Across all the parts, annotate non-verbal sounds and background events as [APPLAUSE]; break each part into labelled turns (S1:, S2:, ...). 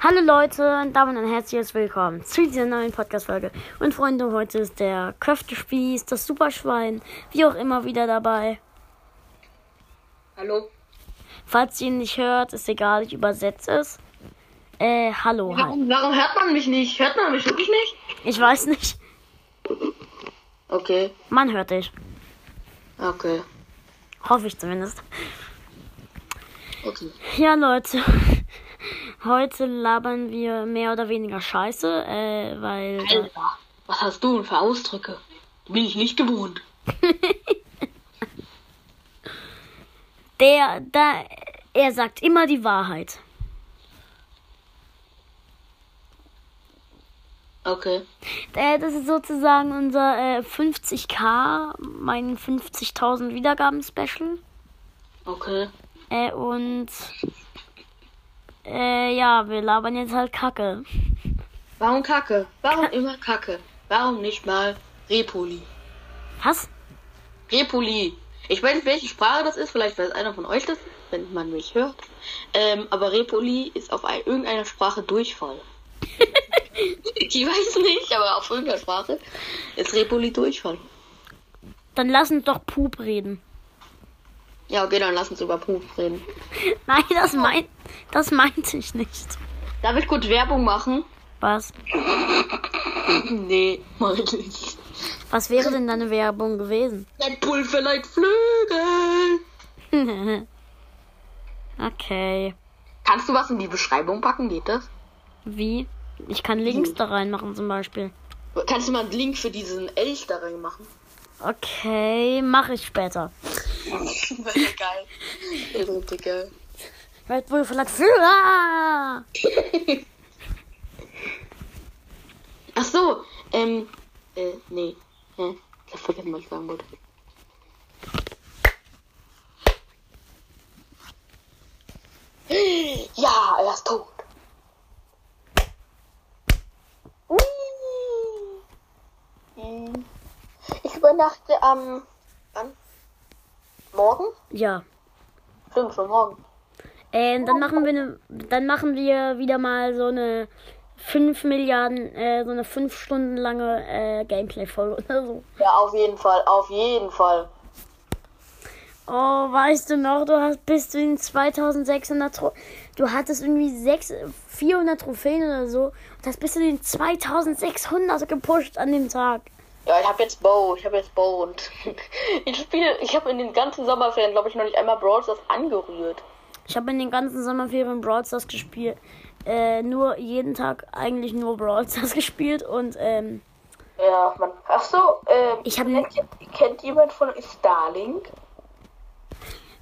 S1: Hallo Leute, damit ein herzliches Willkommen zu dieser neuen Podcast-Folge. Und Freunde, heute ist der Köftespieß, das Superschwein, wie auch immer wieder dabei.
S2: Hallo?
S1: Falls ihr ihn nicht hört, ist egal, ich übersetze es. Äh, hallo. Halt.
S2: Warum, warum hört man mich nicht? Hört man mich wirklich nicht?
S1: Ich weiß nicht.
S2: Okay,
S1: Man hört dich.
S2: okay,
S1: Hoffe ich zumindest.
S2: okay.
S1: Ja, Leute. [LAUGHS] Heute labern wir mehr oder weniger Scheiße, äh, weil.
S2: Alter, was hast du denn für Ausdrücke? Bin ich nicht gewohnt.
S1: Der, da, er sagt immer die Wahrheit.
S2: Okay.
S1: Äh, das ist sozusagen unser äh, 50k, mein 50.000 Wiedergaben-Special.
S2: Okay.
S1: Äh, und. Äh, ja, wir labern jetzt halt Kacke.
S2: Warum Kacke? Warum immer Kacke? Warum nicht mal Repoli?
S1: Was?
S2: Repoli. Ich weiß nicht, welche Sprache das ist. Vielleicht weiß einer von euch das, wenn man mich hört. Ähm, aber Repoli ist auf ein, irgendeiner Sprache [LAUGHS] Durchfall. ich weiß nicht, aber auf irgendeiner Sprache ist Repoli Durchfall.
S1: Dann lass uns doch Pup reden. [LAUGHS]
S2: Ja, okay, dann lass uns über Pup reden.
S1: Nein, das meint. Das meinte ich nicht.
S2: Darf ich kurz Werbung machen?
S1: Was?
S2: [CLEARS THROAT] Nee, mach ich nicht.
S1: Was wäre denn deine Werbung gewesen? [LAUGHS]
S2: Red Bull verleiht Flügel.
S1: okay.
S2: Kannst du was in die Beschreibung packen? Geht das?
S1: Wie? Ich kann Links da reinmachen zum Beispiel.
S2: Kannst du mal einen Link für diesen Elch da rein machen?
S1: Okay, mache ich später.
S2: [LAUGHS] Wäre ja [LAUGHS] geil. Das ist richtig geil.
S1: Red Bull Verlag Führer!
S2: Ach so, ähm, äh, nee. Hä? Ich hab vergessen, was ich sagen wollte. Ja, er ist tot. Ähm, Ich übernachte am. Wann? Morgen?
S1: Ja.
S2: Stimmt, schon morgen.
S1: Ähm, dann machen wir ne, dann machen wir wieder mal so eine 5 Milliarden, äh, so eine 5 Stunden lange äh, Gameplay-Folge oder so.
S2: Ja, auf jeden Fall, auf jeden Fall.
S1: Oh, weißt du noch, du hast bis zu den 2600 Tro Du hattest irgendwie 6, 400 Trophäen oder so und hast bis zu den 2600 gepusht an dem Tag.
S2: Ja, ich hab jetzt Bow, ich hab jetzt Bow und [LAUGHS] ich spiele, ich hab in den ganzen Sommerferien, glaube ich, noch nicht einmal Brawl Stars angerührt.
S1: Ich habe in den ganzen Sommerferien Brawl Stars gespielt. Äh, nur jeden Tag eigentlich nur Brawl Stars [LAUGHS] gespielt und ähm,
S2: Ja, man. Ach so, ähm,
S1: Ich hab-
S2: kennt, ihr- kennt jemand von Starlink?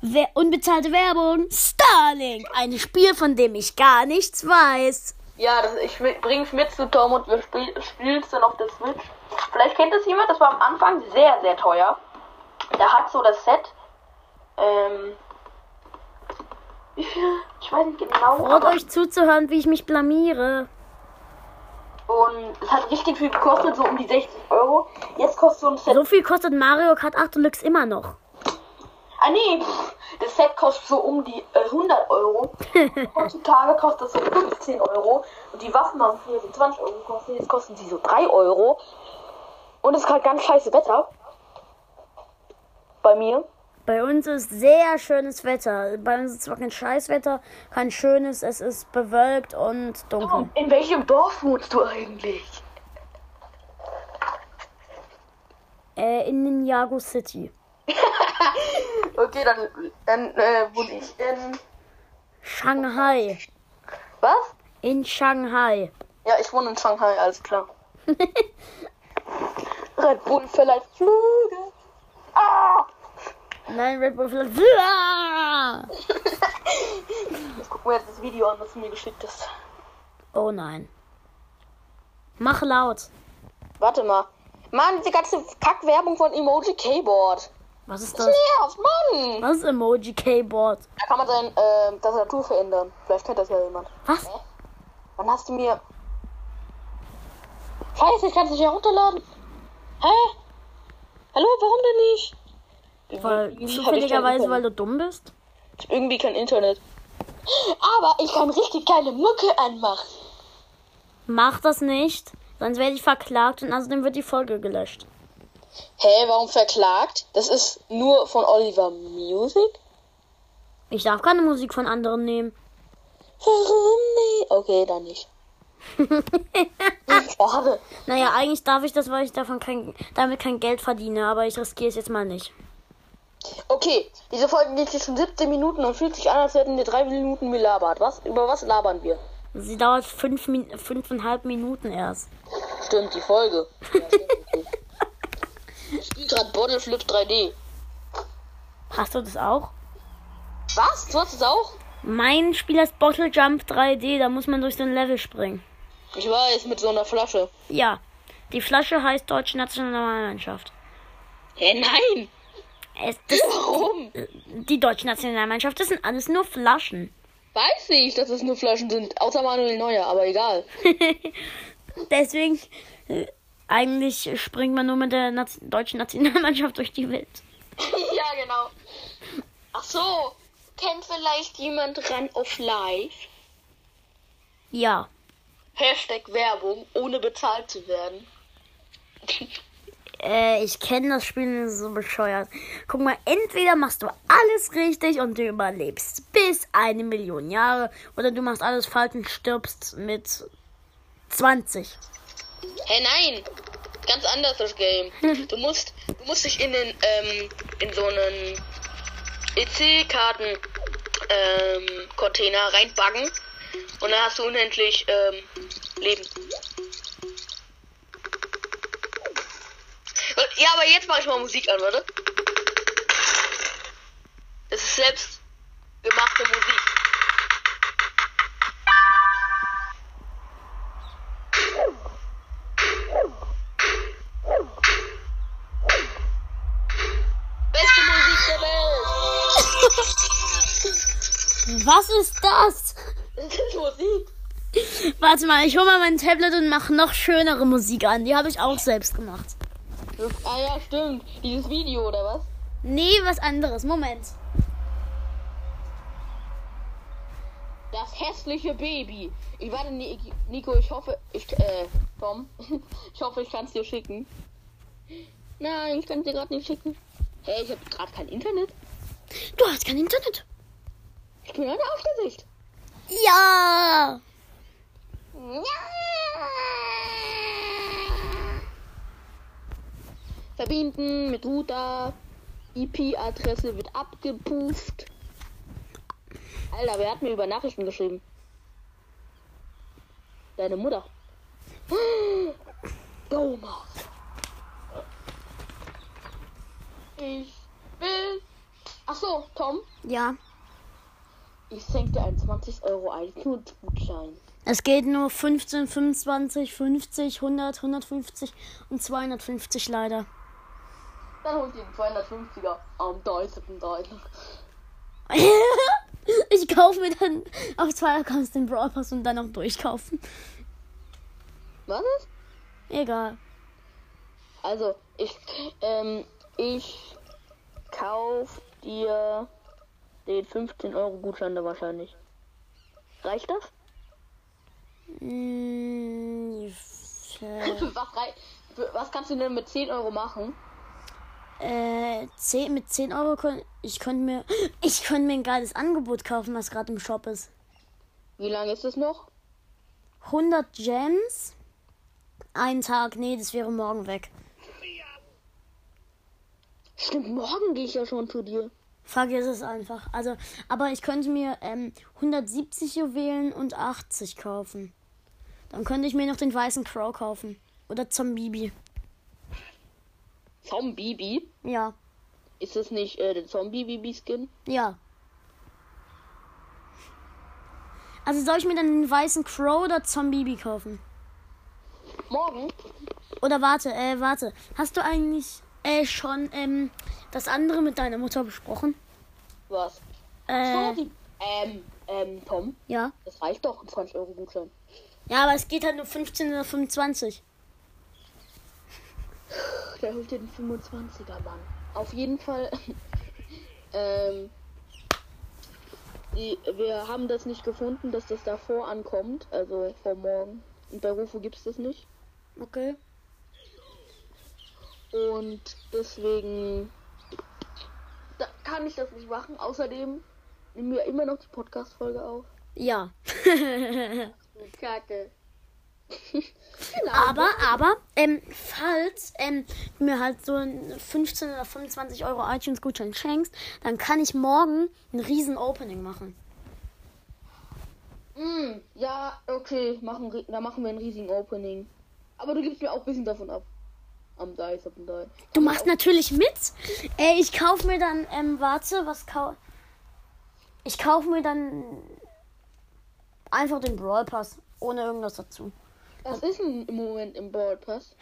S1: wer unbezahlte Werbung. Starlink! Ein Spiel, von dem ich gar nichts weiß.
S2: Ja, das, ich will- bring's mit zu Tom und wir spiel, spielen's dann auf der Switch. Vielleicht kennt es jemand, das war am Anfang sehr, sehr teuer. Da hat so das Set, ähm, wie viel? Ich weiß nicht genau.
S1: Freut
S2: aber-
S1: euch zuzuhören, wie ich mich blamiere.
S2: Und es hat richtig viel gekostet, so um die 60 Euro. Jetzt kostet so ein Set.
S1: So viel kostet Mario Kart 8 Deluxe immer noch.
S2: Ah nee, pff, das Set kostet so um die äh, 100 Euro. Heutzutage kostet es so 15 Euro. Und die Waffen haben früher so 20 Euro gekostet. Jetzt kosten sie so 3 Euro. Und es ist gerade ganz scheiße Wetter. Bei mir.
S1: Bei uns ist sehr schönes Wetter. Bei uns ist zwar kein Scheißwetter, kein schönes, es ist bewölkt und dunkel.
S2: In welchem Dorf wohnst du eigentlich?
S1: Äh, in Ninjago City.
S2: Okay, dann, dann äh, wohne ich in.
S1: Shanghai.
S2: Was?
S1: In Shanghai.
S2: Ja, ich wohne in Shanghai, alles klar. [LAUGHS] Red Bull verleiht Flüge. Ah!
S1: Nein, Red Bull Flag. Uah!
S2: Ich guck mir jetzt das Video an, das du mir geschickt hast.
S1: Oh nein. Mach laut.
S2: Warte mal. Mann, diese ganze Kackwerbung von Emoji Keyboard.
S1: Was ist
S2: Das
S1: das?
S2: nervt, Mann!
S1: Was ist Emoji Keyboard?
S2: Da kann man sein äh, Tastatur verändern. Vielleicht kennt das ja jemand.
S1: Was?
S2: Wann hast du mir. Scheiße, ich kann es nicht herunterladen. Hä? Hallo, warum denn nicht?
S1: Weil,
S2: Irgendwie hab ich kein
S1: zufälligerweise, weil du
S2: Internet.
S1: dumm bist?
S2: Ich hab irgendwie kein Internet. Aber ich kann richtig geile Mucke anmachen.
S1: Mach das nicht, sonst werde ich verklagt und außerdem wird die Folge gelöscht.
S2: Hä, hey, warum verklagt? Das ist nur von Oliver Music?
S1: Ich darf keine Musik von anderen nehmen.
S2: Warum nicht? Okay, dann [LAUGHS] nicht. Schade.
S1: Naja, eigentlich darf ich das, weil ich davon kein, damit kein Geld verdiene, aber ich riskiere es jetzt mal nicht.
S2: Okay, diese Folge geht jetzt schon 17 Minuten und fühlt sich an, als hätten wir drei Minuten gelabert. Was, über was labern wir?
S1: Sie dauert fünf, Min- fünfeinhalb Minuten erst.
S2: Stimmt, die [LAUGHS] Folge. ich spiele gerade Bottle Flip 3D.
S1: Hast du das auch?
S2: Was? Du hast es auch?
S1: Mein Spiel heißt Bottle Jump 3D, da muss man durch so ein Level springen.
S2: Ich weiß, mit so einer Flasche.
S1: Ja, die Flasche heißt Deutsche Nationalmannschaft.
S2: Hä, nein!
S1: Es, das,
S2: Warum?
S1: die deutsche Nationalmannschaft, das sind alles nur Flaschen.
S2: Weiß ich, dass es nur Flaschen sind. Außer Manuel Neuer, aber egal.
S1: Deswegen, äh, eigentlich springt man nur mit der Naz deutschen Nationalmannschaft [LAUGHS] durch die Welt.
S2: [LAUGHS] ja, genau. Ach so, kennt vielleicht jemand ran auf live?
S1: Ja,
S2: Hashtag Werbung, ohne bezahlt zu werden. [LAUGHS]
S1: äh, ich kenne das Spiel das ist so bescheuert. Guck mal, entweder machst du alles richtig und du überlebst bis eine Million Jahre oder du machst alles falsch und stirbst mit 20.
S2: Hey, nein! Ganz anders das Game. Du musst, du musst dich in den, ähm, in so einen EC-Karten, ähm, Container reinbuggen. Und dann hast du unendlich, ähm, Leben. Und- Ja, aber jetzt mache ich mal Musik an, warte. Es ist selbst gemachte Musik. Beste Musik der
S1: [LAUGHS]
S2: Welt!
S1: Was ist das?
S2: Das ist Musik.
S1: Warte mal, ich hole mal mein Tablet und mache noch schönere Musik an. Die habe ich auch selbst gemacht.
S2: Ah ja, stimmt. Dieses Video oder was?
S1: Nee, was anderes. Moment.
S2: Das hässliche Baby. Ich warte, Ni- Nico, ich hoffe, ich, äh, Tom, [LAUGHS] ich hoffe, ich kann es dir schicken. Nein, ich kann es dir gerade nicht schicken. Hey, ich habe gerade kein Internet.
S1: Du hast kein Internet.
S2: Ich bin heute aufgeregt.
S1: Ja.
S2: Verbinden mit Router. IP-Adresse wird abgepuft. Alter, wer hat mir über Nachrichten geschrieben? Deine Mutter. [GASPS] Oma. Ich will. Ach so, Tom.
S1: Ja.
S2: Ich senke dir einen 20 Euro iTunes-Gutschein.
S1: Es geht nur 15, 25, 50, 100, 150 und 250 leider. [LAUGHS]
S2: Dann holt ihr den 250er am 30.3.
S1: ich kaufe mir dann auf zwei Accounts den Brawl Pass und dann auch durchkaufen.
S2: Was ist?
S1: Egal.
S2: Also, ich, ähm, ich kauf dir den 15 Euro Gutschein da wahrscheinlich. Reicht das?
S1: Mm, ich- äh,
S2: [LAUGHS] Was, rei für- was kannst du denn mit 10 Euro machen?
S1: Äh, 10, mit 10 Euro könnt, ich könnte mir ich könnte mir ein geiles Angebot kaufen, was gerade im Shop ist.
S2: Wie lange ist es noch?
S1: 100 Gems. Ein Tag, nee, das wäre morgen weg.
S2: Stimmt, morgen gehe ich ja schon zu dir.
S1: Vergiss es einfach. Also, aber ich könnte mir ähm, 170 Juwelen und 80 kaufen. Dann könnte ich mir noch den weißen Crow kaufen. Oder Zombibi.
S2: Zombie-Bibi?
S1: Ja,
S2: Ist das nicht äh, der Zombie-Bibi-Skin?
S1: ja. Also soll ich mir dann den weißen Crow oder Zombibi kaufen?
S2: Morgen?
S1: Oder warte, äh, warte. Hast du eigentlich äh, schon ähm, das andere mit deiner Mutter besprochen?
S2: Was?
S1: Äh,
S2: Sorry. Ähm, ähm, Tom,
S1: ja.
S2: das reicht doch, ein 20 Euro Gutschein.
S1: Ja, aber es geht halt nur 15 oder 25.
S2: Der holt dir den [LAUGHS] 25er Mann. Auf jeden Fall. ähm, Die, wir haben das nicht gefunden, dass das davor ankommt, also vor morgen. Und bei Rufo gibt es das nicht.
S1: Okay.
S2: Und deswegen da kann ich das nicht machen. Außerdem nehmen wir immer noch die Podcast-Folge auf.
S1: Ja.
S2: Kacke.
S1: Aber, aber, ähm, falls ähm, du mir halt so ein 15 oder 25 Euro iTunes-Gutschein schenkst, dann kann ich morgen ein riesen Opening machen.
S2: Mm, ja, okay, machen, ri- da machen wir einen riesigen Opening. Aber du gibst mir auch ein bisschen davon ab. Am Dice, ab dem Dice.
S1: Du machst natürlich mit. Ey, ich kauf mir dann, ähm, warte, was kau... Ich kauf mir dann einfach den Brawl Pass, ohne irgendwas dazu.
S2: Was ist denn im Moment im Brawl Pass?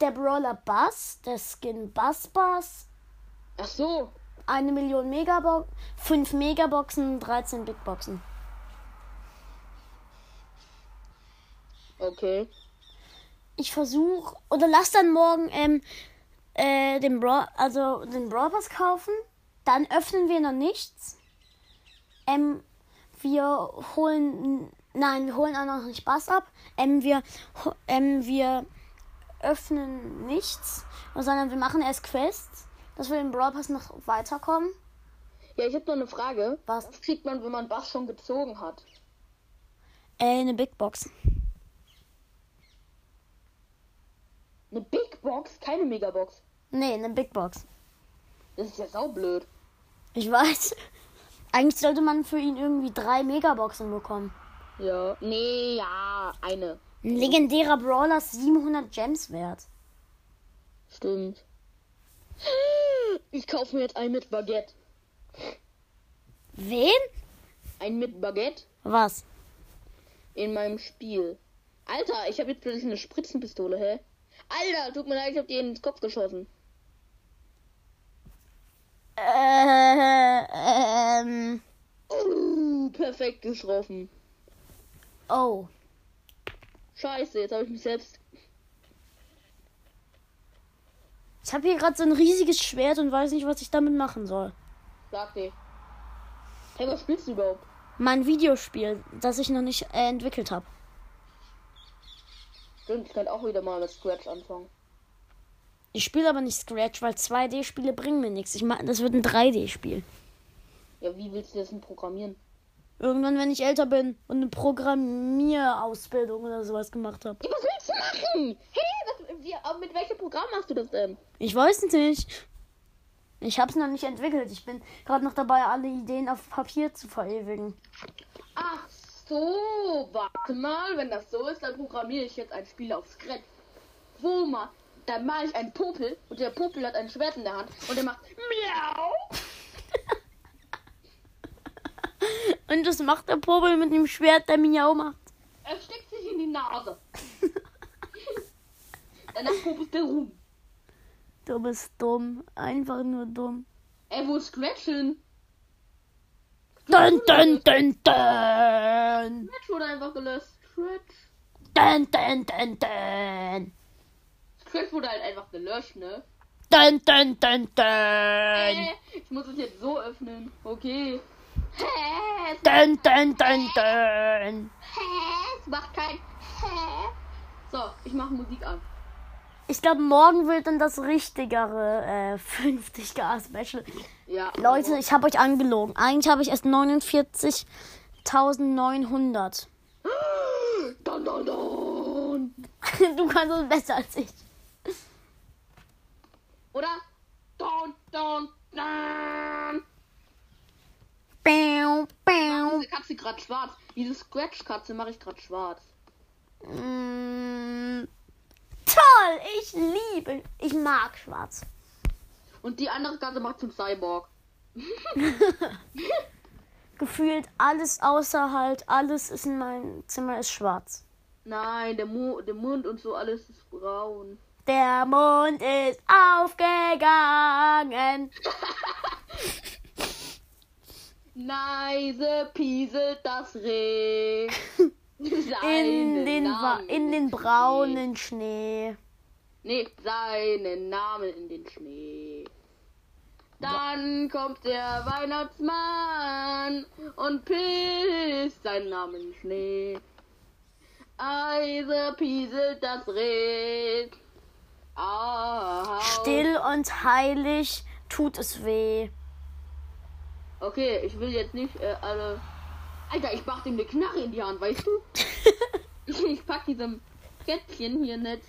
S1: Der Brawler Bass, der Skin Bass Bass,
S2: Ach so.
S1: eine Million Megabox, fünf Megaboxen, 13 Big Boxen.
S2: Okay.
S1: ich versuche oder lass dann morgen ähm, äh, den Bra also den Brawl Pass kaufen. Dann öffnen wir noch nichts. Ähm, wir holen nein, wir holen auch noch nicht Bass ab. Ähm, wir ho- ähm, wir öffnen nichts, sondern wir machen erst Quests, dass wir den Brawl Pass noch weiterkommen.
S2: Ja, ich habe noch eine Frage.
S1: Was?
S2: Was kriegt man, wenn man Bass schon gezogen hat?
S1: Äh, eine Big Box.
S2: Eine Big Box, keine Megabox.
S1: Nee, eine Big Box.
S2: Das ist ja saublöd.
S1: Ich weiß. [LAUGHS] Eigentlich sollte man für ihn irgendwie drei Megaboxen bekommen.
S2: Ja. Nee, ja, eine.
S1: Ein legendärer Brawler ist 700 Gems wert.
S2: Stimmt. Ich kaufe mir jetzt ein mit Baguette.
S1: Wen?
S2: Ein mit Baguette
S1: Was?
S2: in meinem Spiel. Alter, ich habe jetzt plötzlich eine Spritzenpistole, hä? Alter, tut mir leid, ich habe dir in den Kopf geschossen.
S1: Äh, ähm,
S2: Uh, perfekt getroffen.
S1: oh.
S2: Scheiße, jetzt habe ich mich selbst.
S1: Ich habe hier gerade so ein riesiges Schwert und weiß nicht, was ich damit machen soll.
S2: Sag dir. Hey, was spielst du überhaupt?
S1: Mein Videospiel, das ich noch nicht äh, entwickelt habe.
S2: Stimmt, ich könnte auch wieder mal mit Scratch anfangen.
S1: Ich spiele aber nicht Scratch, weil 2D-Spiele bringen mir nichts. Ich mach, das wird ein 3D-Spiel.
S2: Ja, wie willst du das denn programmieren?
S1: Irgendwann, wenn ich älter bin und eine Programmierausbildung oder sowas gemacht habe.
S2: Ja, was willst du machen? Hey, was, wie, aber mit welchem Programm machst du das denn?
S1: Ich weiß es nicht. Ich habe es noch nicht entwickelt. Ich bin gerade noch dabei, alle Ideen auf Papier zu verewigen.
S2: Ach so, warte mal, wenn das so ist, dann programmiere ich jetzt ein Spiel auf Scratch. Wo mal, dann male ich einen Popel und der Popel hat ein Schwert in der Hand und der macht Miau.
S1: Und das macht der Popel mit dem Schwert, der Miau macht.
S2: Er steckt sich in die Nase. Danach popelt der rum.
S1: Du bist dumm. Einfach nur dumm.
S2: Ey, wo ist Scratch hin?
S1: Dun, dun, dun, dun.
S2: Scratch wurde einfach gelöscht. Scratch.
S1: Dun, dun, dun, dun.
S2: Scratch wurde halt einfach gelöscht, ne?
S1: Dun, dun, dun, dun.
S2: Äh, ich muss es jetzt so öffnen. Okay. Hä?
S1: Dun, dun, dun, dun.
S2: Hä? Es macht kein Hä? So, ich mache Musik an.
S1: Ich glaube, morgen wird dann das richtigere äh, [LAUGHS] 50k-Special.
S2: Ja.
S1: Leute, ich habe euch angelogen. Eigentlich habe ich erst 49.900.
S2: Don, don, don.
S1: [LAUGHS] Du kannst es besser als ich.
S2: Oder? Don, don, don.
S1: Bäu, bäu.
S2: Diese Katze gerade schwarz. Diese Scratch-Katze mache ich gerade schwarz.
S1: Mm, toll, ich liebe, ich mag schwarz.
S2: Und die andere Katze macht zum Cyborg.
S1: Gefühlt alles außer halt, alles ist in meinem Zimmer ist schwarz.
S2: Nein, der, Mu der Mund und so alles ist braun.
S1: Der Mond ist aufgegangen.
S2: Neise pieselt das Reh.
S1: [LAUGHS] In
S2: Seinen
S1: den, Wa-
S2: Namen
S1: in den braunen Schnee.
S2: Nee, seinen Namen in den Schnee. Dann kommt der Weihnachtsmann und pisst seinen Namen in den Schnee. Eise pieselt das Reh. Au.
S1: Still und heilig tut es weh.
S2: Okay, ich will jetzt nicht äh, alle. Alter, ich mach dem eine Knarre in die Hand, weißt du? [LAUGHS] ich pack diesem Kätzchen hier nicht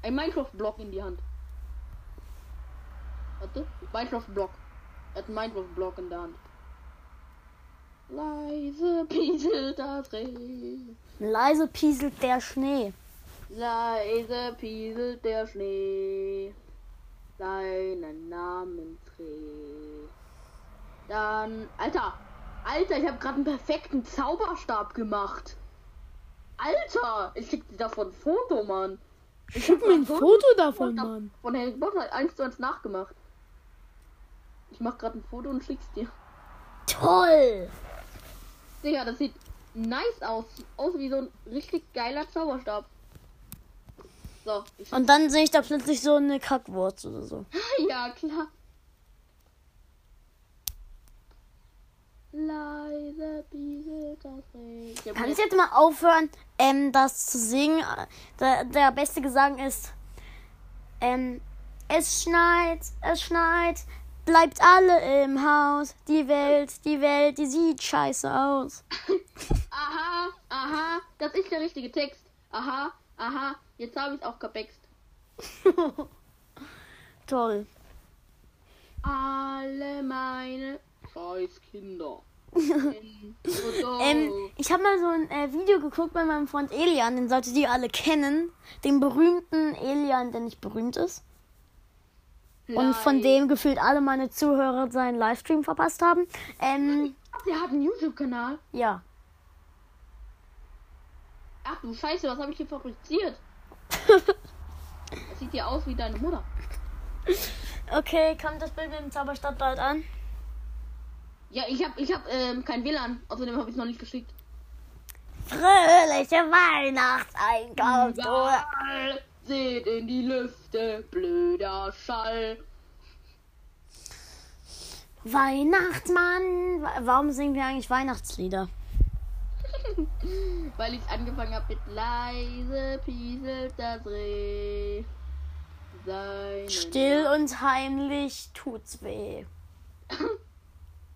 S2: ein Minecraft-Block in die Hand. Warte, Minecraft-Block. Er hat einen Minecraft-Block in der Hand. Leise pieselt das Reh.
S1: Leise pieselt der Schnee.
S2: Leise pieselt der Schnee seinen Namen trägt. Dann, Alter, Alter, ich habe gerade einen perfekten Zauberstab gemacht. Alter, ich krieg davon ein Foto, Mann. Ich
S1: Schick
S2: hab
S1: mir ein
S2: grad so
S1: Foto
S2: einen
S1: davon,
S2: Zauberstab
S1: Mann.
S2: Von Harry Potter eins zu eins nachgemacht. Ich mach gerade ein Foto und schick's dir.
S1: Toll!
S2: Digga, das sieht nice aus. Aus wie so ein richtig geiler Zauberstab. So, ich
S1: Und dann sehe ich da plötzlich so eine Kackwurz oder so.
S2: [LAUGHS] Ja, klar. Leise bieselt das Regen. Ich hab
S1: Kannst
S2: jetzt-
S1: jetzt mal aufhören, ähm, das zu singen? Der, der beste Gesang ist, ähm, es schneit, es schneit, bleibt alle im Haus. Die Welt, die Welt, die sieht scheiße aus.
S2: Aha, aha, das ist der richtige Text. Aha, aha, jetzt habe ich es auch kapext.
S1: Toll.
S2: Alle meine scheiß
S1: [LAUGHS]
S2: Kinder. sind so doof.
S1: Ähm, ich habe mal so ein äh, Video geguckt bei meinem Freund Elian, den solltet ihr alle kennen. Den berühmten Elian, der nicht berühmt ist. Und von
S2: Leise-
S1: dem gefühlt alle meine Zuhörer seinen Livestream verpasst haben. Ähm,
S2: Der hat einen YouTube-Kanal.
S1: ja.
S2: Ach du Scheiße, was habe ich
S1: [LAUGHS]
S2: hier fabriziert? das sieht ja aus wie deine Mutter.
S1: Okay, kommt das Bild mit dem Zauberstab bald an?
S2: Ja, ich hab, ich hab ähm, kein WLAN. Außerdem habe ich es noch nicht geschickt.
S1: Fröhliche Weihnachtseinkauf. du-
S2: Überall seht in die Lüfte blöder Schall.
S1: Weihnachtsmann. Wa- Warum singen wir eigentlich Weihnachtslieder?
S2: Weil ich angefangen hab mit leise pieselt das Reh. Seinen
S1: Still und heimlich tut's weh.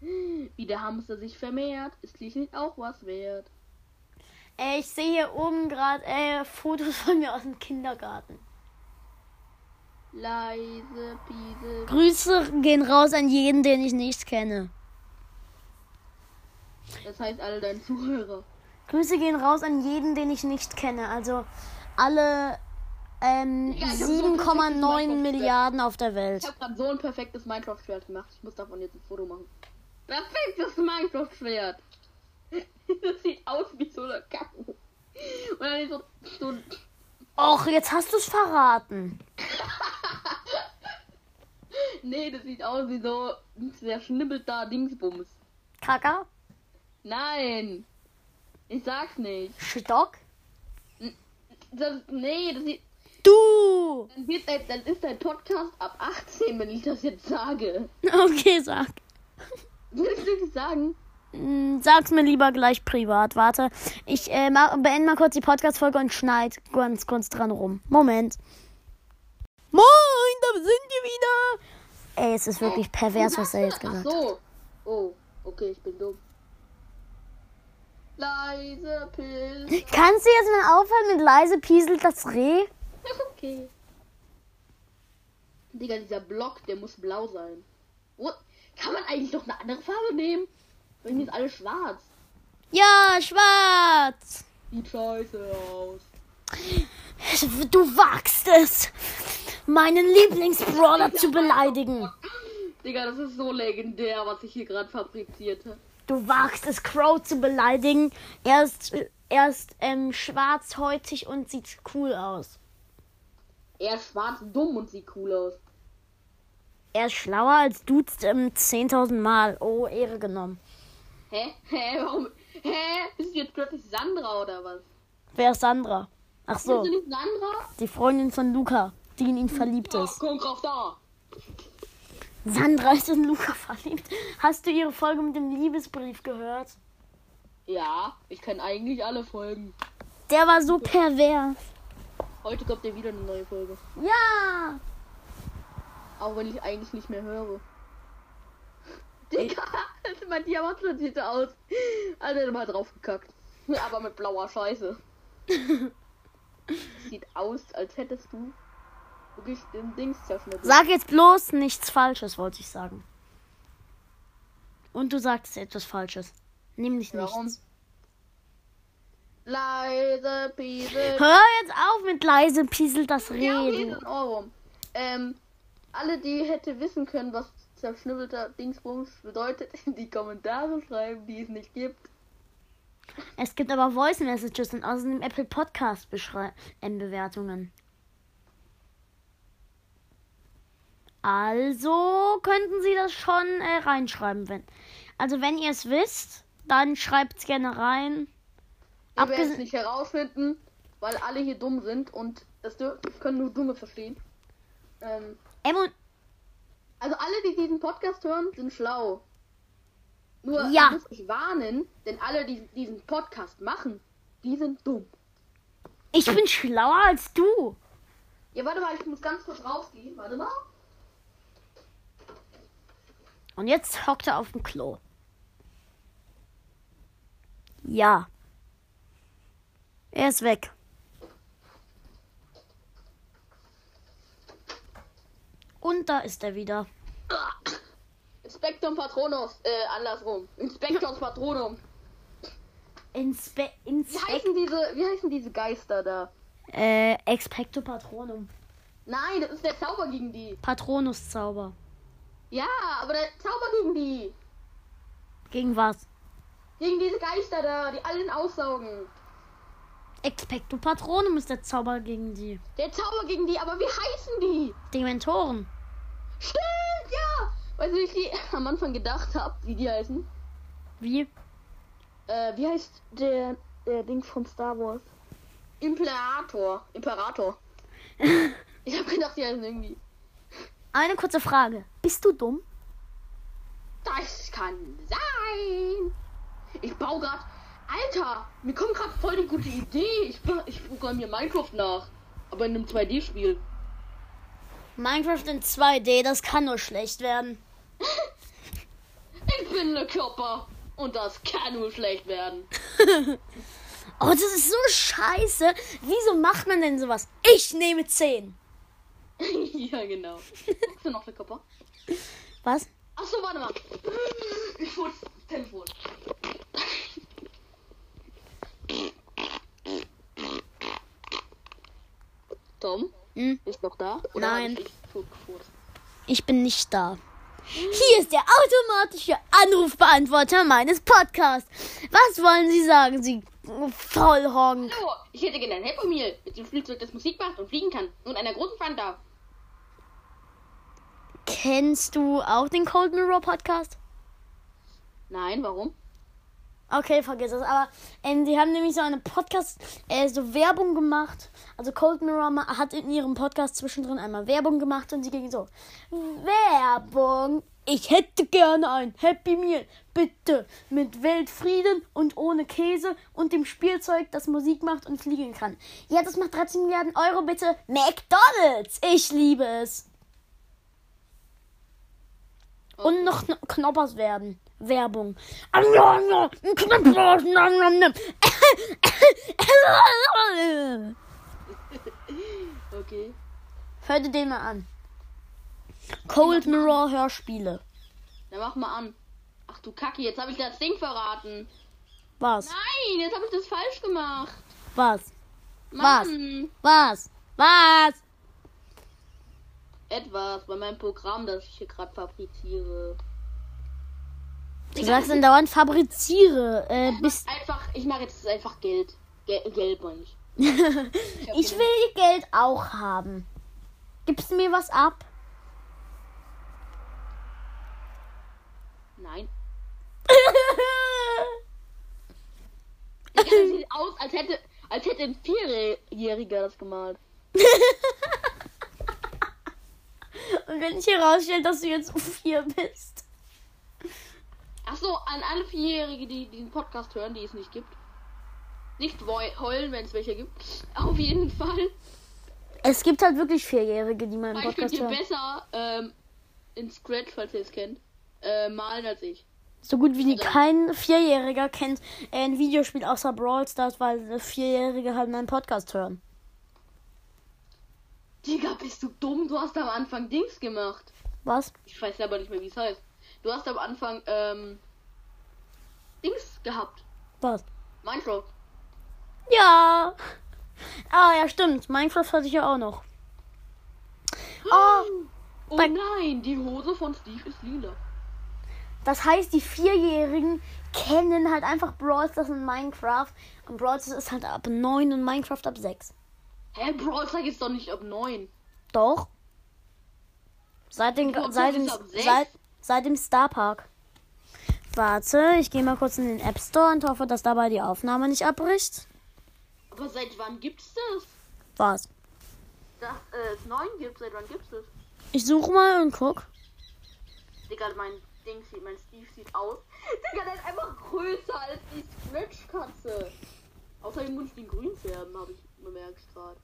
S2: Wie der Hamster sich vermehrt, ist schließlich auch was wert.
S1: Äh, ich sehe hier oben gerade äh, Fotos von mir aus dem Kindergarten.
S2: Leise pieselt.
S1: Grüße gehen raus an jeden, den ich nicht kenne.
S2: Das heißt alle deine Zuhörer.
S1: Grüße gehen raus an jeden, den ich nicht kenne. Also alle ähm,
S2: Ja, ich hab so
S1: 7,9
S2: richtig
S1: Milliarden auf der
S2: Ich
S1: Welt.
S2: habe gerade so ein perfektes Minecraft-Schwert gemacht. Ich muss davon jetzt ein Foto machen. Perfektes Minecraft-Schwert. [LAUGHS] Das sieht aus wie so eine Kacke. Und dann ist so, so ein-
S1: Och, jetzt hast du's verraten.
S2: Nee, das sieht aus wie so ein zerschnibbelter Dingsbums.
S1: Kaka,
S2: Nein. Ich sag's nicht.
S1: Stock.
S2: Das, nee, das sieht,
S1: Du!
S2: dann, wird, dein- dann ist dein Podcast ab 18, wenn ich das jetzt sage. [LAUGHS]
S1: [LAUGHS] Okay, sag.
S2: Willst du das sagen?
S1: Mm, Sag's mir lieber gleich privat. Warte, ich äh, ma- beende mal kurz die Podcast-Folge und schneid ganz kurz dran rum. Moment. Moin, da sind wir wieder. Ey, es ist wirklich pervers, was er jetzt
S2: Ach
S1: gesagt hat.
S2: so. Oh, okay, ich bin dumm. Leise
S1: [LAUGHS]
S2: Pilz.
S1: Kannst du jetzt mal aufhören mit leise pieselt das Reh?
S2: Okay. Digga, dieser Block, der muss blau sein. Oh, kann man eigentlich noch eine andere Farbe nehmen? Bei mir ist alles schwarz.
S1: Ja, schwarz.
S2: Sieht scheiße aus.
S1: Du wagst es, meinen Lieblingsbrawler zu beleidigen.
S2: Digga, das ist so legendär, was ich hier gerade fabrizierte.
S1: Du wagst es, Crow zu beleidigen. Er ist, er ist ähm, schwarzhäutig und sieht cool aus.
S2: Er ist schwarz dumm und sieht cool aus.
S1: Er ist schlauer als du ähm, 10.000 Mal. Oh, Ehre genommen.
S2: Hä? Hä? Warum? Hä? Bist du jetzt plötzlich Sandra oder was?
S1: Wer ist Sandra? Ach so,
S2: Bist du nicht Sandra?
S1: die Freundin von Luca, die in ihn verliebt
S2: Oh,
S1: ist.
S2: komm drauf da.
S1: Sandra ist in Luca [LAUGHS] verliebt. Hast du ihre Folge mit dem Liebesbrief gehört?
S2: Ja, ich kann eigentlich alle Folgen.
S1: Der war so pervers.
S2: Heute kommt ja wieder eine neue Folge.
S1: Ja!
S2: Auch wenn ich eigentlich nicht mehr höre. Digga, [LAUGHS] mein Diamant sieht aus. Alter, mal draufgekackt. [LAUGHS] Aber mit
S1: [LAUGHS]
S2: blauer Scheiße. Sieht aus, als hättest du wirklich den Dings zerschnitten.
S1: Sag jetzt bloß nichts Falsches, wollte ich sagen. Und du sagst etwas Falsches. Nämlich
S2: Warum?
S1: nichts.
S2: Leise, Piesel.
S1: Hör jetzt auf mit leise Piesel das
S2: Ja, okay,
S1: Reden.
S2: ist ein Ohrwurm. Ähm, alle, die hätte wissen können, was zerschnibbelter Dingsbums bedeutet, [LAUGHS] in die Kommentare schreiben, die es nicht gibt.
S1: Es gibt aber Voice Messages und außerdem Apple Podcast Beschrei- ähm, Bewertungen. Also könnten Sie das schon äh, reinschreiben, wenn. Also wenn ihr es wisst, dann schreibt es gerne rein.
S2: Wir werden es
S1: Abgesehen,
S2: nicht herausfinden, weil alle hier dumm sind und das dür- können nur Dumme verstehen. Ähm,
S1: ähm, und-
S2: also alle, die diesen Podcast hören, sind schlau. Nur
S1: Ja.
S2: ich muss ich warnen, denn alle, die diesen Podcast machen, die sind dumm.
S1: ich bin schlauer als du.
S2: Ja, warte mal, ich muss ganz kurz rausgehen. Warte mal.
S1: Und jetzt hockt er auf dem Klo. Ja. Er ist weg. Und da ist er wieder.
S2: Inspektum Patronus, äh, andersrum. Inspektum Patronum.
S1: Inspe
S2: Wie
S1: Inspekt
S2: heißen diese, wie heißen diese Geister da?
S1: äh, Expecto Patronum.
S2: Nein, das ist der Zauber gegen die.
S1: Patronuszauber.
S2: Ja, aber der Zauber gegen die.
S1: Gegen was?
S2: Gegen diese Geister da, die allen aussaugen.
S1: Expecto Patronum ist der Zauber gegen die
S2: Der Zauber gegen die, aber wie heißen die?
S1: Dementoren.
S2: Stimmt, ja. Weißt du, wie ich die [LAUGHS] am Anfang gedacht habe, wie die heißen?
S1: Wie?
S2: Äh, wie heißt der, der Ding von Star Wars? Imperator. Imperator. ich habe gedacht, die heißen irgendwie.
S1: Eine kurze Frage. Bist du dumm?
S2: Das kann sein. Ich baue gerade. Alter, mir kommt gerade voll die gute Idee. Ich, ba- ich programmiere Minecraft nach. Aber in einem 2D-Spiel.
S1: Minecraft in 2D, das kann nur schlecht werden.
S2: Ich bin der Körper. Und das kann nur schlecht werden. [LAUGHS]
S1: Oh, das ist so scheiße. Wieso macht man denn sowas? Ich nehme 10.
S2: ja, genau. Guckst du noch der Körper?
S1: Was?
S2: Achso, warte mal. Ich hol das Telefon. Tom,
S1: Hm?
S2: ist noch da?
S1: Nein.
S2: hab ich totgefurzt?
S1: Ich bin nicht da. Hier ist der automatische Anrufbeantworter meines Podcasts. Was wollen Sie sagen, Sie Vollhorn?
S2: Hallo, ich hätte gerne ein Happy Meal mit dem Flugzeug, das Musik macht und fliegen kann und einer großen Fanta.
S1: Kennst du auch den Cold Mirror Podcast?
S2: Nein, warum?
S1: Okay, vergiss es. Aber ähm, die haben nämlich so eine Podcast, äh, so Werbung gemacht. Also Cold Mirror ma- hat in ihrem Podcast zwischendrin einmal Werbung gemacht und sie ging so, Werbung, ich hätte gerne ein Happy Meal, bitte, mit Weltfrieden und ohne Käse und dem Spielzeug, das Musik macht und fliegen kann. Ja, das macht 13 Milliarden Euro, bitte. McDonald's, ich liebe es. Und noch Kn- Knoppers werden. Werbung. Knoppers, nom, nom, [COUGHS] nom.
S2: Okay.
S1: Hör dir den mal an. Cold Mirror Hörspiele.
S2: Dann mach mal an. Ach du Kacke, jetzt habe ich das Ding verraten.
S1: Was?
S2: Nein, jetzt habe ich das falsch gemacht.
S1: Was?
S2: Mann,
S1: Was? Was?
S2: etwas bei meinem Programm, das ich hier gerade fabriziere.
S1: Du sagst dann dauernd fabriziere. Äh, [LAUGHS] bis
S2: Einfach, ich mache jetzt einfach Geld. Gel Geld meine ich.
S1: ich will ihr Geld auch haben. Gibst du mir was ab? [LAUGHS]
S2: Nein. Digga, das sieht aus, als hätte, als hätte ein Vierjähriger das gemalt.
S1: Und wenn ich herausstelle, dass du jetzt vier bist.
S2: Achso, an alle Vierjährige, die diesen Podcast hören, die es nicht gibt. Nicht weu- heulen, wenn es welche gibt. [LAUGHS] Auf jeden Fall.
S1: Es gibt halt wirklich Vierjährige, die meinen
S2: Weil ich könnt
S1: Podcast
S2: ihr
S1: hören.
S2: besser ähm, in Scratch, falls ihr es kennt, äh, malen als ich.
S1: So gut wie
S2: Also-
S1: kein Vierjähriger kennt äh, ein Videospiel außer Brawl Stars, weil äh, Vierjährige halt meinen Podcast hören.
S2: Digga, bist du dumm? Du hast am Anfang Dings gemacht.
S1: Was?
S2: Ich weiß selber nicht mehr, wie es heißt. Du hast am Anfang ähm, Dings gehabt.
S1: Was?
S2: Minecraft.
S1: Ja. Ah, ja, stimmt. Minecraft hatte ich ja auch noch. Oh,
S2: Oh
S1: Bei-
S2: nein, die Hose von Steve ist lila.
S1: das heißt, die Vierjährigen kennen halt einfach Brawl Stars und Minecraft. Und Brawl Stars ist halt ab 9 und Minecraft ab 6.
S2: Hä, Brawl Stars ist doch nicht ab 9.
S1: Doch. Seit dem,
S2: Brawl Stars
S1: seit dem,
S2: ist ab sechs?
S1: seit, seit dem Star Park. Warte, ich gehe mal kurz in den App Store und hoffe, dass dabei die Aufnahme nicht abbricht.
S2: Aber seit wann gibt's das?
S1: Was?
S2: Dass äh, es 9 gibt, seit wann gibt's das?
S1: Ich suche mal und guck.
S2: Digga, mein Ding sieht, mein Steve sieht aus. Digga, der ist einfach größer als die Scratch-Katze. Außerdem muss ich den grün färben, habe ich bemerkt gerade.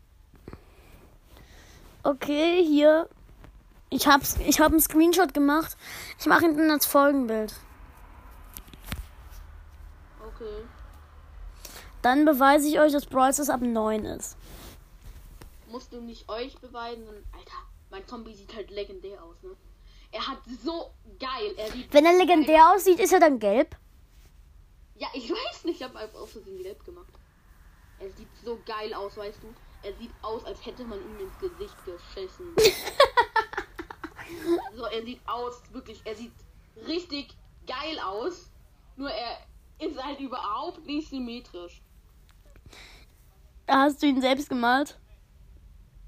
S1: Okay, hier. Ich hab's, ich habe einen Screenshot gemacht. Ich mache ihn dann als Folgenbild.
S2: Okay.
S1: Dann beweise ich euch, dass Brawl Stars ab 9 ist.
S2: Musst du nicht euch beweisen, sondern. Alter, mein Zombie sieht halt legendär aus, ne? Er hat so geil. Er sieht.
S1: Wenn er legendär aussieht, ist er dann gelb.
S2: Ja, ich weiß nicht, ich habe einfach aus Versehen gelb gemacht. Er sieht so geil aus, weißt du? Er sieht aus, als hätte man ihm ins Gesicht geschissen. so, er sieht aus, wirklich, er sieht richtig geil aus. Nur er ist halt überhaupt nicht symmetrisch.
S1: Hast du ihn selbst gemalt?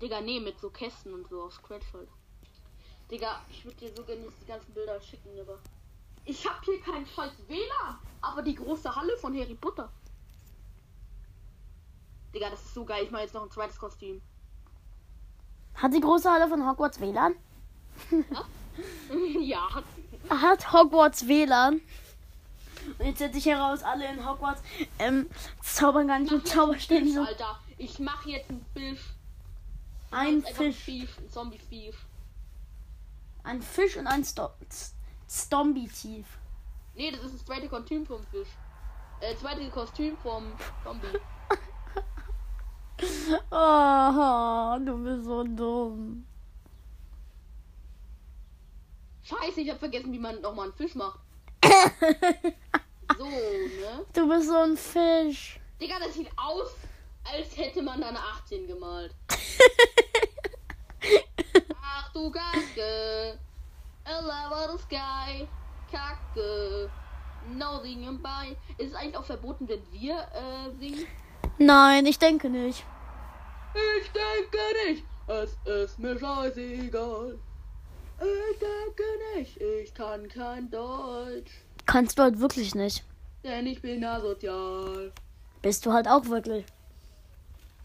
S2: Digga, nee, mit so Kästen und so auf Scratch halt. Digga, ich würde dir so gerne jetzt die ganzen Bilder schicken, aber. Ich hab hier keinen scheiß WLAN, aber die große Halle von Harry Potter. Digga, das ist so geil. Ich mache jetzt noch ein zweites Kostüm. [LAUGHS]
S1: Hat die große Halle von Hogwarts WLAN?
S2: ja,
S1: Hat Hogwarts WLAN? Und jetzt setze ich heraus, alle in Hogwarts ähm, zaubern gar nicht mit Zauberstäben, sondern
S2: Alter, ich mache jetzt einen Fisch.
S1: ein
S2: Einfach einen
S1: Fisch.
S2: Fisch, ein Zombie-Fisch.
S1: Ein Fisch und ein Sto Z- Stombitief.
S2: Nee, das ist das zweite Kostüm vom Fisch. Äh, zweite Kostüm vom Zombie.
S1: Oh, du bist so dumm.
S2: Scheiße, ich hab vergessen, wie man nochmal einen Fisch macht. so, ne?
S1: Du bist so ein Fisch.
S2: Digga, das sieht aus, als hätte man da eine 18 gemalt. Ach du Kacke. Elevator Sky. Kacke. No singen bei. Ist es eigentlich auch verboten, wenn wir äh, singen?
S1: Nein, ich denke nicht.
S2: Ich denke nicht. Es ist mir scheißegal. Ich denke nicht. Ich kann kein Deutsch.
S1: Kannst du halt wirklich nicht.
S2: Denn ich bin asozial.
S1: Bist du halt auch wirklich.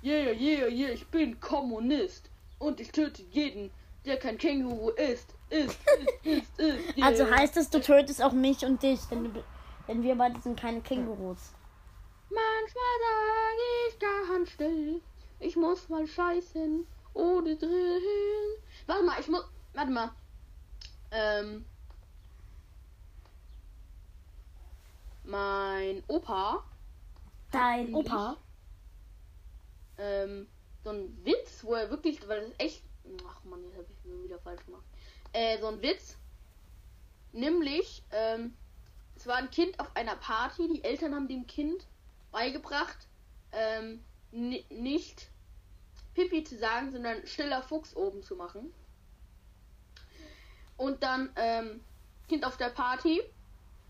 S2: Yeah, yeah, yeah, ich bin Kommunist. Und ich töte jeden, der kein Känguru ist. Ist, ist, ist, ist. Yeah.
S1: Also heißt es, du tötest auch mich und dich, denn, du, bi- denn wir beide sind keine Kängurus.
S2: Manchmal sag ich ganz still. Ich muss mal scheißen. Ohne drin. Warte mal, ich muss. Warte mal. Ähm. Mein Opa.
S1: Dein
S2: Ich-
S1: Opa?
S2: ähm, so ein Witz, wo er wirklich, weil das ist echt, ach man, jetzt habe ich mir wieder falsch gemacht. Äh, so ein Witz, nämlich, ähm, es war ein Kind auf einer Party, die Eltern haben dem Kind beigebracht, ähm, ni- nicht Pipi zu sagen, sondern stiller Fuchs oben zu machen. Und dann, ähm, Kind auf der Party,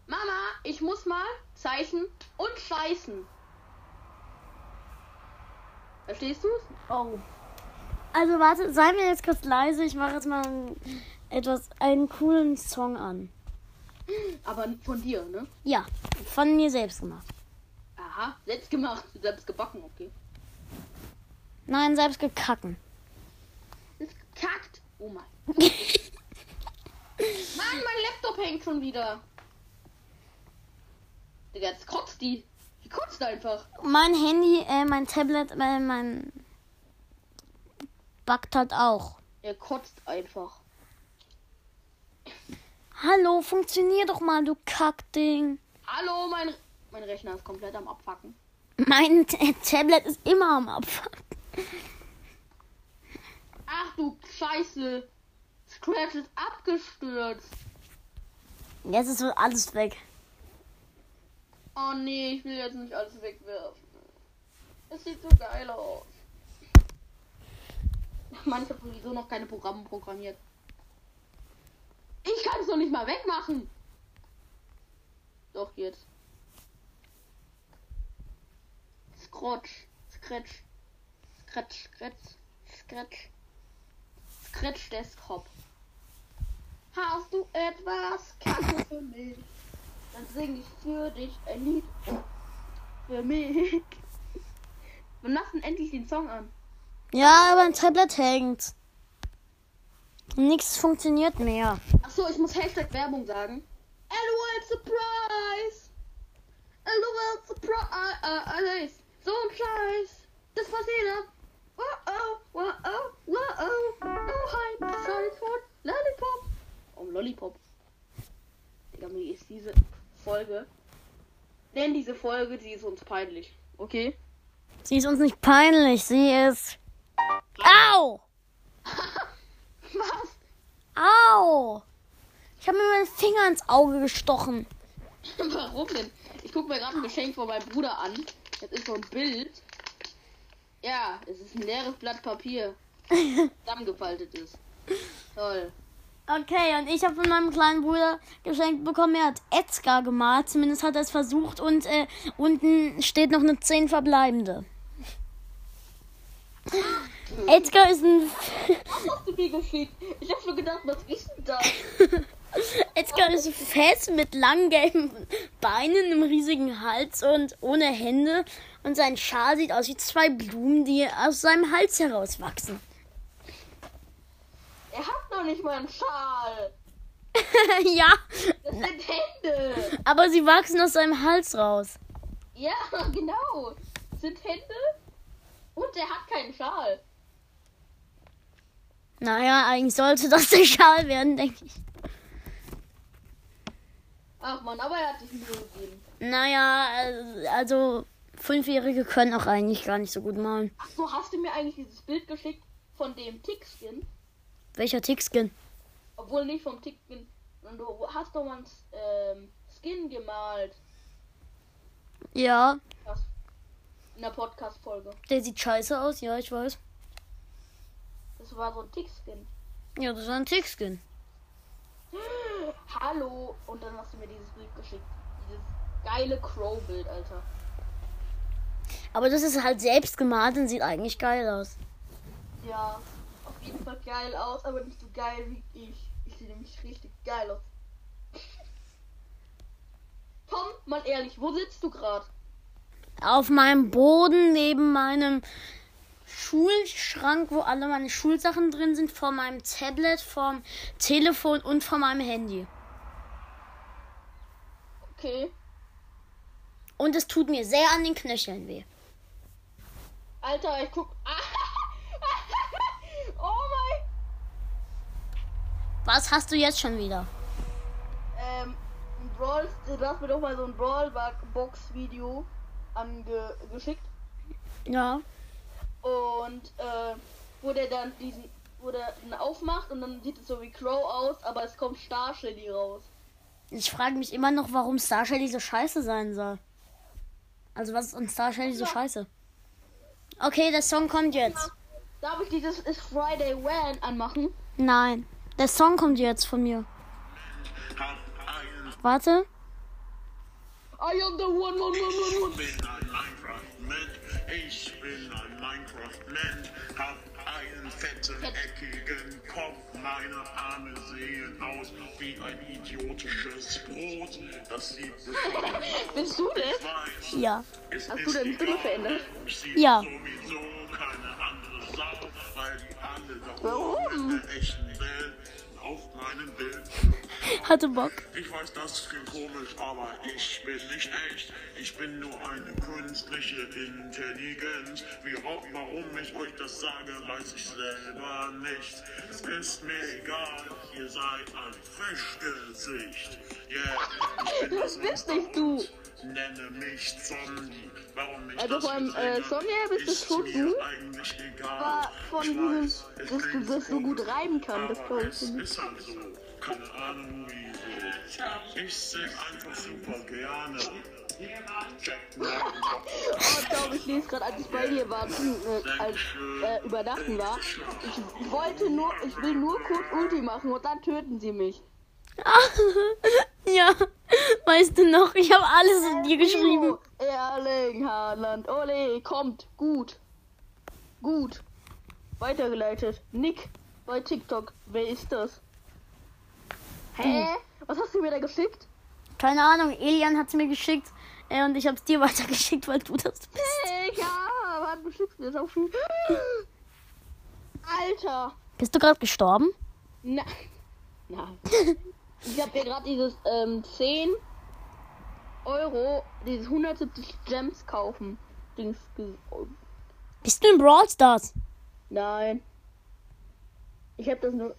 S2: Mama, ich muss mal Zeichen und Scheißen. Verstehst du's?
S1: Oh. Also warte, sei mir jetzt kurz leise. Ich mache jetzt mal ein, etwas, einen coolen Song an.
S2: Aber von dir, ne?
S1: Ja, von mir selbst gemacht.
S2: Aha, selbst gemacht, selbst gebacken, okay.
S1: Nein, selbst gekacken.
S2: Ist gekackt. Oh mein. Nein, mein Laptop hängt schon wieder. Digga, jetzt kotzt die. Die kotzt einfach.
S1: Mein Handy, äh, mein Tablet, äh, mein. Backt halt auch.
S2: Er kotzt einfach.
S1: Hallo, funktionier doch mal, du Kackding.
S2: Hallo, mein, mein Rechner ist komplett am Abfacken.
S1: Mein T Tablet ist immer am Abfall.
S2: Ach du Scheiße. Scratch ist abgestürzt.
S1: Jetzt ist alles weg.
S2: Oh nee, ich will jetzt nicht alles wegwerfen. Es sieht so geil aus. Mann, ich habe sowieso noch keine Programme programmiert. Ich kann es noch nicht mal wegmachen. Doch jetzt. Scratch, Scratch, Scratch, Scratch, Scratch, Scratch Desktop. Hast du etwas Kacke für mich? Dann sing ich für dich ein Lied. Für mich. Wann machst du denn endlich den Song an?
S1: Ja, aber ein Tablet hängt. Nichts funktioniert mehr.
S2: Achso, ich muss Hashtag Werbung sagen. LOL Surprise! LOL Surprise! Äh, äh, so ein Scheiß! Das war jeder! Wow, oh, wow, oh, wow, oh! Oh, hi! Sorry for Lollipop! Um Lollipop. Digga, mir ist diese Folge. Denn diese Folge, die ist uns peinlich. Okay?
S1: Sie ist uns nicht peinlich, sie ist. Au!
S2: [LAUGHS] Was?
S1: Au! Ich habe mir meinen Finger ins Auge gestochen.
S2: Warum denn? Ich gucke mir gerade ein Geschenk von meinem Bruder an. Das ist so ein Bild. Ja, es ist ein leeres Blatt Papier. Zusammengefaltet ist. Toll.
S1: Okay, und ich habe von meinem kleinen Bruder geschenkt bekommen. Er hat Edgar gemalt, zumindest hat er es versucht. Und äh, unten steht noch eine 10 verbleibende. Edgar ist ein.
S2: Was hast du mir geschickt? Ich hab nur gedacht, was ist denn das?
S1: Edgar ist fest mit langen gelben Beinen, einem riesigen Hals und ohne Hände. Und sein Schal sieht aus wie zwei Blumen, die aus seinem Hals herauswachsen. [LAUGHS]
S2: Er hat noch nicht mal einen Schal.
S1: ja,
S2: Das sind Hände.
S1: aber sie wachsen aus seinem Hals raus.
S2: Ja, genau. Das sind Hände. Und er hat keinen Schal.
S1: Naja, eigentlich sollte das der Schal werden, denke ich.
S2: Ach man, aber er hat sich Mühe gegeben.
S1: Naja, äh, also Fünfjährige können auch eigentlich gar nicht so gut malen.
S2: Ach so, hast du mir eigentlich dieses Bild geschickt von dem Tickskin?
S1: Welcher Tickskin?
S2: Obwohl nicht vom Tickskin. Und du hast doch mal einen ähm, Skin gemalt.
S1: Ja,
S2: Das in der Podcast-Folge.
S1: der sieht scheiße aus, ja, ich weiß.
S2: Das war so ein Tickskin. [GASPS]
S1: Ja, das ist ein Tickskin.
S2: Hallo. Und dann hast du mir dieses Bild geschickt. Dieses geile Crow-Bild, Alter.
S1: Aber das ist halt selbst gemalt und sieht eigentlich geil aus.
S2: Ja, auf jeden Fall geil aus, aber nicht so geil wie ich. Ich sehe nämlich richtig geil aus. [LAUGHS] Tom, mal ehrlich, wo sitzt du gerade?
S1: Auf meinem Boden neben meinem Schulschrank, wo alle meine Schulsachen drin sind, vor meinem Tablet, vom Telefon und vor meinem Handy.
S2: Okay.
S1: Und es tut mir sehr an den Knöcheln weh.
S2: Alter, ich guck. [LAUGHS] oh mein.
S1: Was hast du jetzt schon wieder?
S2: Ähm, ein Brawl, du hast mir doch mal so ein Brawl-Box-Video angeschickt.
S1: Ja.
S2: Und äh, wo der dann diesen, wo der den aufmacht und dann sieht es so wie Crow aus, aber es kommt Star Shelly raus.
S1: Ich frage mich immer noch, warum Star Shelly so scheiße sein soll. Also was ist an Star Shelly so scheiße? Okay, der Song kommt jetzt.
S2: Darf ich dieses Is Friday When anmachen?
S1: Nein, der Song kommt jetzt von mir.
S3: I am
S1: Warte.
S2: I am the one, one, one, one, one. [LAUGHS]
S3: spin on Minecraft Land, a spin on Minecraft Land. Hab einen fetten, eckigen Kopf, meine Arme sehen aus wie ein idiotisches Brot. Das
S2: [LAUGHS]
S3: sieht sich
S2: Bist du das?
S3: weiß.
S1: Ja.
S3: Es
S2: Hast du
S3: ist
S2: deine Stimme
S3: egal.
S2: verändert?
S3: Ich sehe
S1: Ja.
S3: sowieso keine andere Sau, weil die alle da
S2: Warum?
S3: oben in der echten Welt auf meinem Bild
S1: Hatte Bock. [LAUGHS]
S3: Ich weiß, das klingt komisch, aber ich bin nicht echt. Ich bin nur eine künstliche Intelligenz. Wie, wa- warum ich euch das sage, weiß ich selber nicht. Es ist mir egal, ihr seid ein Fischgesicht. Yeah, ich bin das
S2: Das bist nicht du.
S3: Monster und Nenne mich Zombie. Warum ich
S2: Also
S3: das
S2: vor allem,
S3: nicht nenne,
S2: äh, Sonja, bist das
S3: ist
S2: schon
S3: mir
S2: du?
S3: Eigentlich egal.
S2: Aber von
S3: Ich
S2: diesem-
S3: weiß, es
S2: dass du
S3: klingt
S2: das so gut
S3: komisch,
S2: reiben kann, das
S3: aber
S2: glaube ich
S3: es
S2: dir nicht.
S3: ist halt so. Keine Ahnung wieso. Ich sing einfach super gerne. Check mal den Kopf.
S2: Oh, Tom, ich lese gerade, als ich bei dir war, äh, als äh, übernachten war. Ich wollte nur, ich will nur kurz Ulti machen und dann töten sie mich.
S1: ja, weißt du noch, ich habe alles in dir geschrieben.
S2: Timo, Erling Haaland, Ole, kommt, gut. Gut. Weitergeleitet. Nick bei TikTok. Wer ist das? Hä? Was hast du mir da geschickt?
S1: Keine Ahnung, Elian hat's mir geschickt äh, und ich hab's dir [LAUGHS] weitergeschickt, weil du das bist.
S2: Hey, ja, wann beschickst du das auf mich? [GASPS] Alter.
S1: Bist du gerade gestorben?
S2: Na. [LAUGHS] Nein. Ich hab hier gerade dieses ähm, 10 Euro, dieses 170 Gems kaufen. Dings. ges-
S1: Bist du in Brawl Stars?
S2: Nein. Ich hab das nur.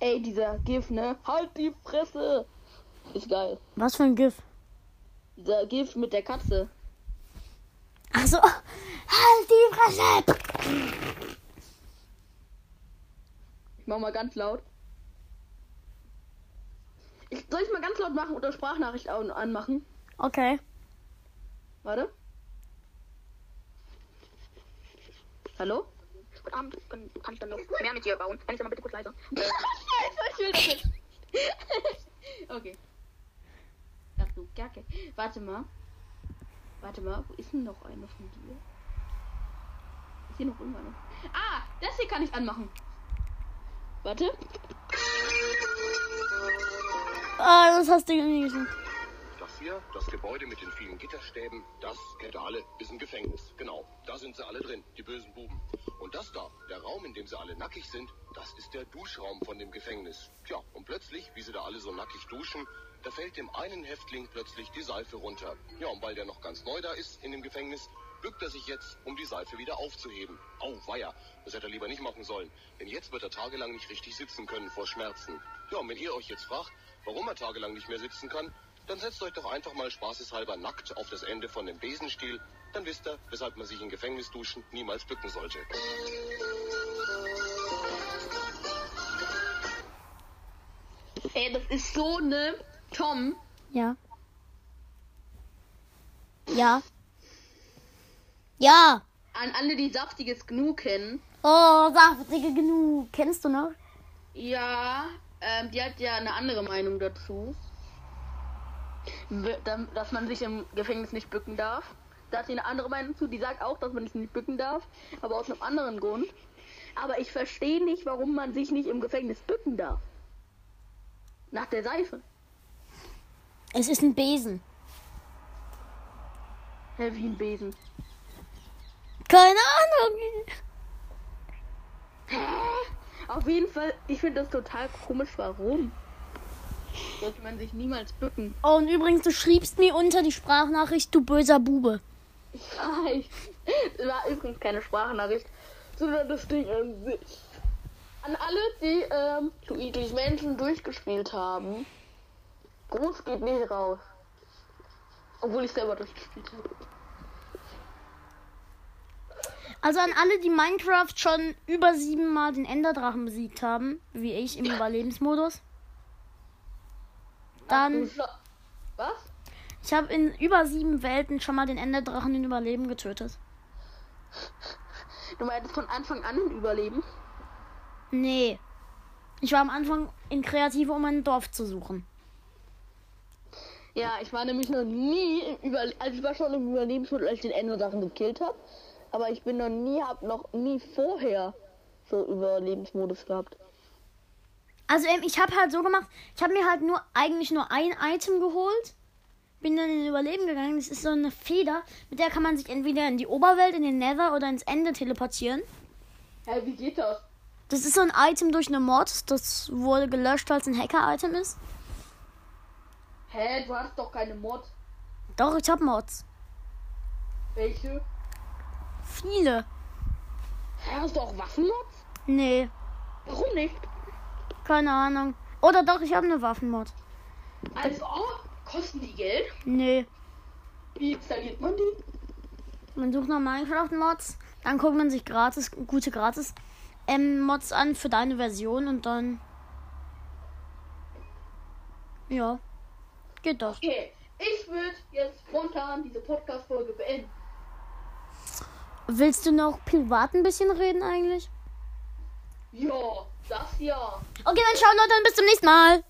S2: Ey, dieser GIF, ne? Halt die Fresse! Ist geil.
S1: Was für ein GIF?
S2: Dieser GIF mit der Katze.
S1: Achso, halt die Fresse!
S2: Ich mach mal ganz laut. Ich, soll ich mal ganz laut machen oder Sprachnachricht an, anmachen?
S1: Okay.
S2: Warte. Hallo?
S4: Guten Abend, kann, kann ich dann noch mehr mit dir bauen? Kann ich dann mal bitte kurz leiser?
S2: Scheiße, ich will das nicht. okay. Ach du Kacke. Warte mal. Warte mal, wo ist denn noch eine von dir? Ist hier noch irgendwann noch? Ah, das hier kann ich anmachen. Warte.
S1: Ah, das hast du irgendwie geschrieben.
S5: Das hier, das Gebäude mit den vielen Gitterstäben, das kennt ihr alle, ist ein Gefängnis. Genau, da sind sie alle drin, die bösen Buben. Und das da, der Raum, in dem sie alle nackig sind, das ist der Duschraum von dem Gefängnis. Tja, und plötzlich, wie sie da alle so nackig duschen, da fällt dem einen Häftling plötzlich die Seife runter. Ja, und weil der noch ganz neu da ist in dem Gefängnis, bückt er sich jetzt, um die Seife wieder aufzuheben. Au, weia, das hätte er lieber nicht machen sollen, denn jetzt wird er tagelang nicht richtig sitzen können vor Schmerzen. Ja, und wenn ihr euch jetzt fragt, warum er tagelang nicht mehr sitzen kann, dann setzt euch doch einfach mal spaßeshalber nackt auf das Ende von dem Besenstiel. Dann wisst ihr, weshalb man sich in Gefängnisduschen niemals bücken sollte.
S2: Ey, das ist so ne Tom.
S1: Ja. Ja. Ja.
S2: An alle, die saftiges Gnu kennen.
S1: Oh, saftige genug. Kennst du noch?
S2: Ja, ähm, die hat ja eine andere Meinung dazu. W- dam- Dass man sich im Gefängnis nicht bücken darf. Da hat sie eine andere Meinung zu, die sagt auch, dass man sich nicht bücken darf, aber aus einem anderen Grund. Aber ich verstehe nicht, warum man sich nicht im Gefängnis bücken darf. Nach der Seife.
S1: Es ist ein Besen.
S2: Hä, wie ein Besen.
S1: Keine Ahnung.
S2: Auf jeden Fall, ich finde das total komisch, warum? Sollte man sich niemals bücken.
S1: Oh, und übrigens, du schriebst mir unter die Sprachnachricht, du böser Bube.
S2: Nein. Es war übrigens keine Sprachnachricht, sondern das Ding an sich. An alle, die ähm, Luigi's Menschen durchgespielt haben. Gruß geht nicht raus. Obwohl ich selber durchgespielt habe.
S1: Also an alle, die Minecraft schon über siebenmal den Enderdrachen besiegt haben, wie ich im Überlebensmodus. Dann,
S2: Schla- Was?
S1: ich habe in über sieben Welten schon mal den Enderdrachen in Überleben getötet.
S2: Du meintest von Anfang an ein Überleben?
S1: Nee. Ich war am Anfang in Kreative, um ein Dorf zu suchen.
S2: Ja, ich war nämlich noch nie im Überleben. Also ich war schon im Überlebensmodus, als ich den Endersachen gekillt habe. Aber ich bin noch nie, hab noch nie vorher so Überlebensmodus gehabt.
S1: Also ähm, ich habe halt so gemacht, ich habe mir halt nur eigentlich nur ein Item geholt, bin dann in Überleben gegangen. Das ist so eine Feder, mit der kann man sich entweder in die Oberwelt, in den Nether oder ins Ende teleportieren.
S2: Hä, wie geht das?
S1: Das ist so ein Item durch eine Mod, das wurde gelöscht, weil es ein Hacker-Item ist.
S2: Hä, du hast doch keine Mod.
S1: Doch, ich hab Mods.
S2: Welche?
S1: Viele.
S2: Hä, hast du auch Waffenmods?
S1: Nee,
S2: Warum nicht?
S1: keine Ahnung. Oder doch, ich habe eine Waffenmod.
S2: Als ob, Also, oh, kosten die Geld?
S1: Nee.
S2: Wie installiert man die?
S1: Man sucht nach Minecraft-Mods, dann guckt man sich gratis, gute gratis ähm, Mods an für deine Version und dann. Ja. Geht doch.
S2: Okay, ich würde jetzt spontan diese Podcast-Folge beenden.
S1: Willst du noch privat ein bisschen reden eigentlich?
S2: Ja, das ja.
S1: Okay, dann schauen wir dann bis zum nächsten Mal.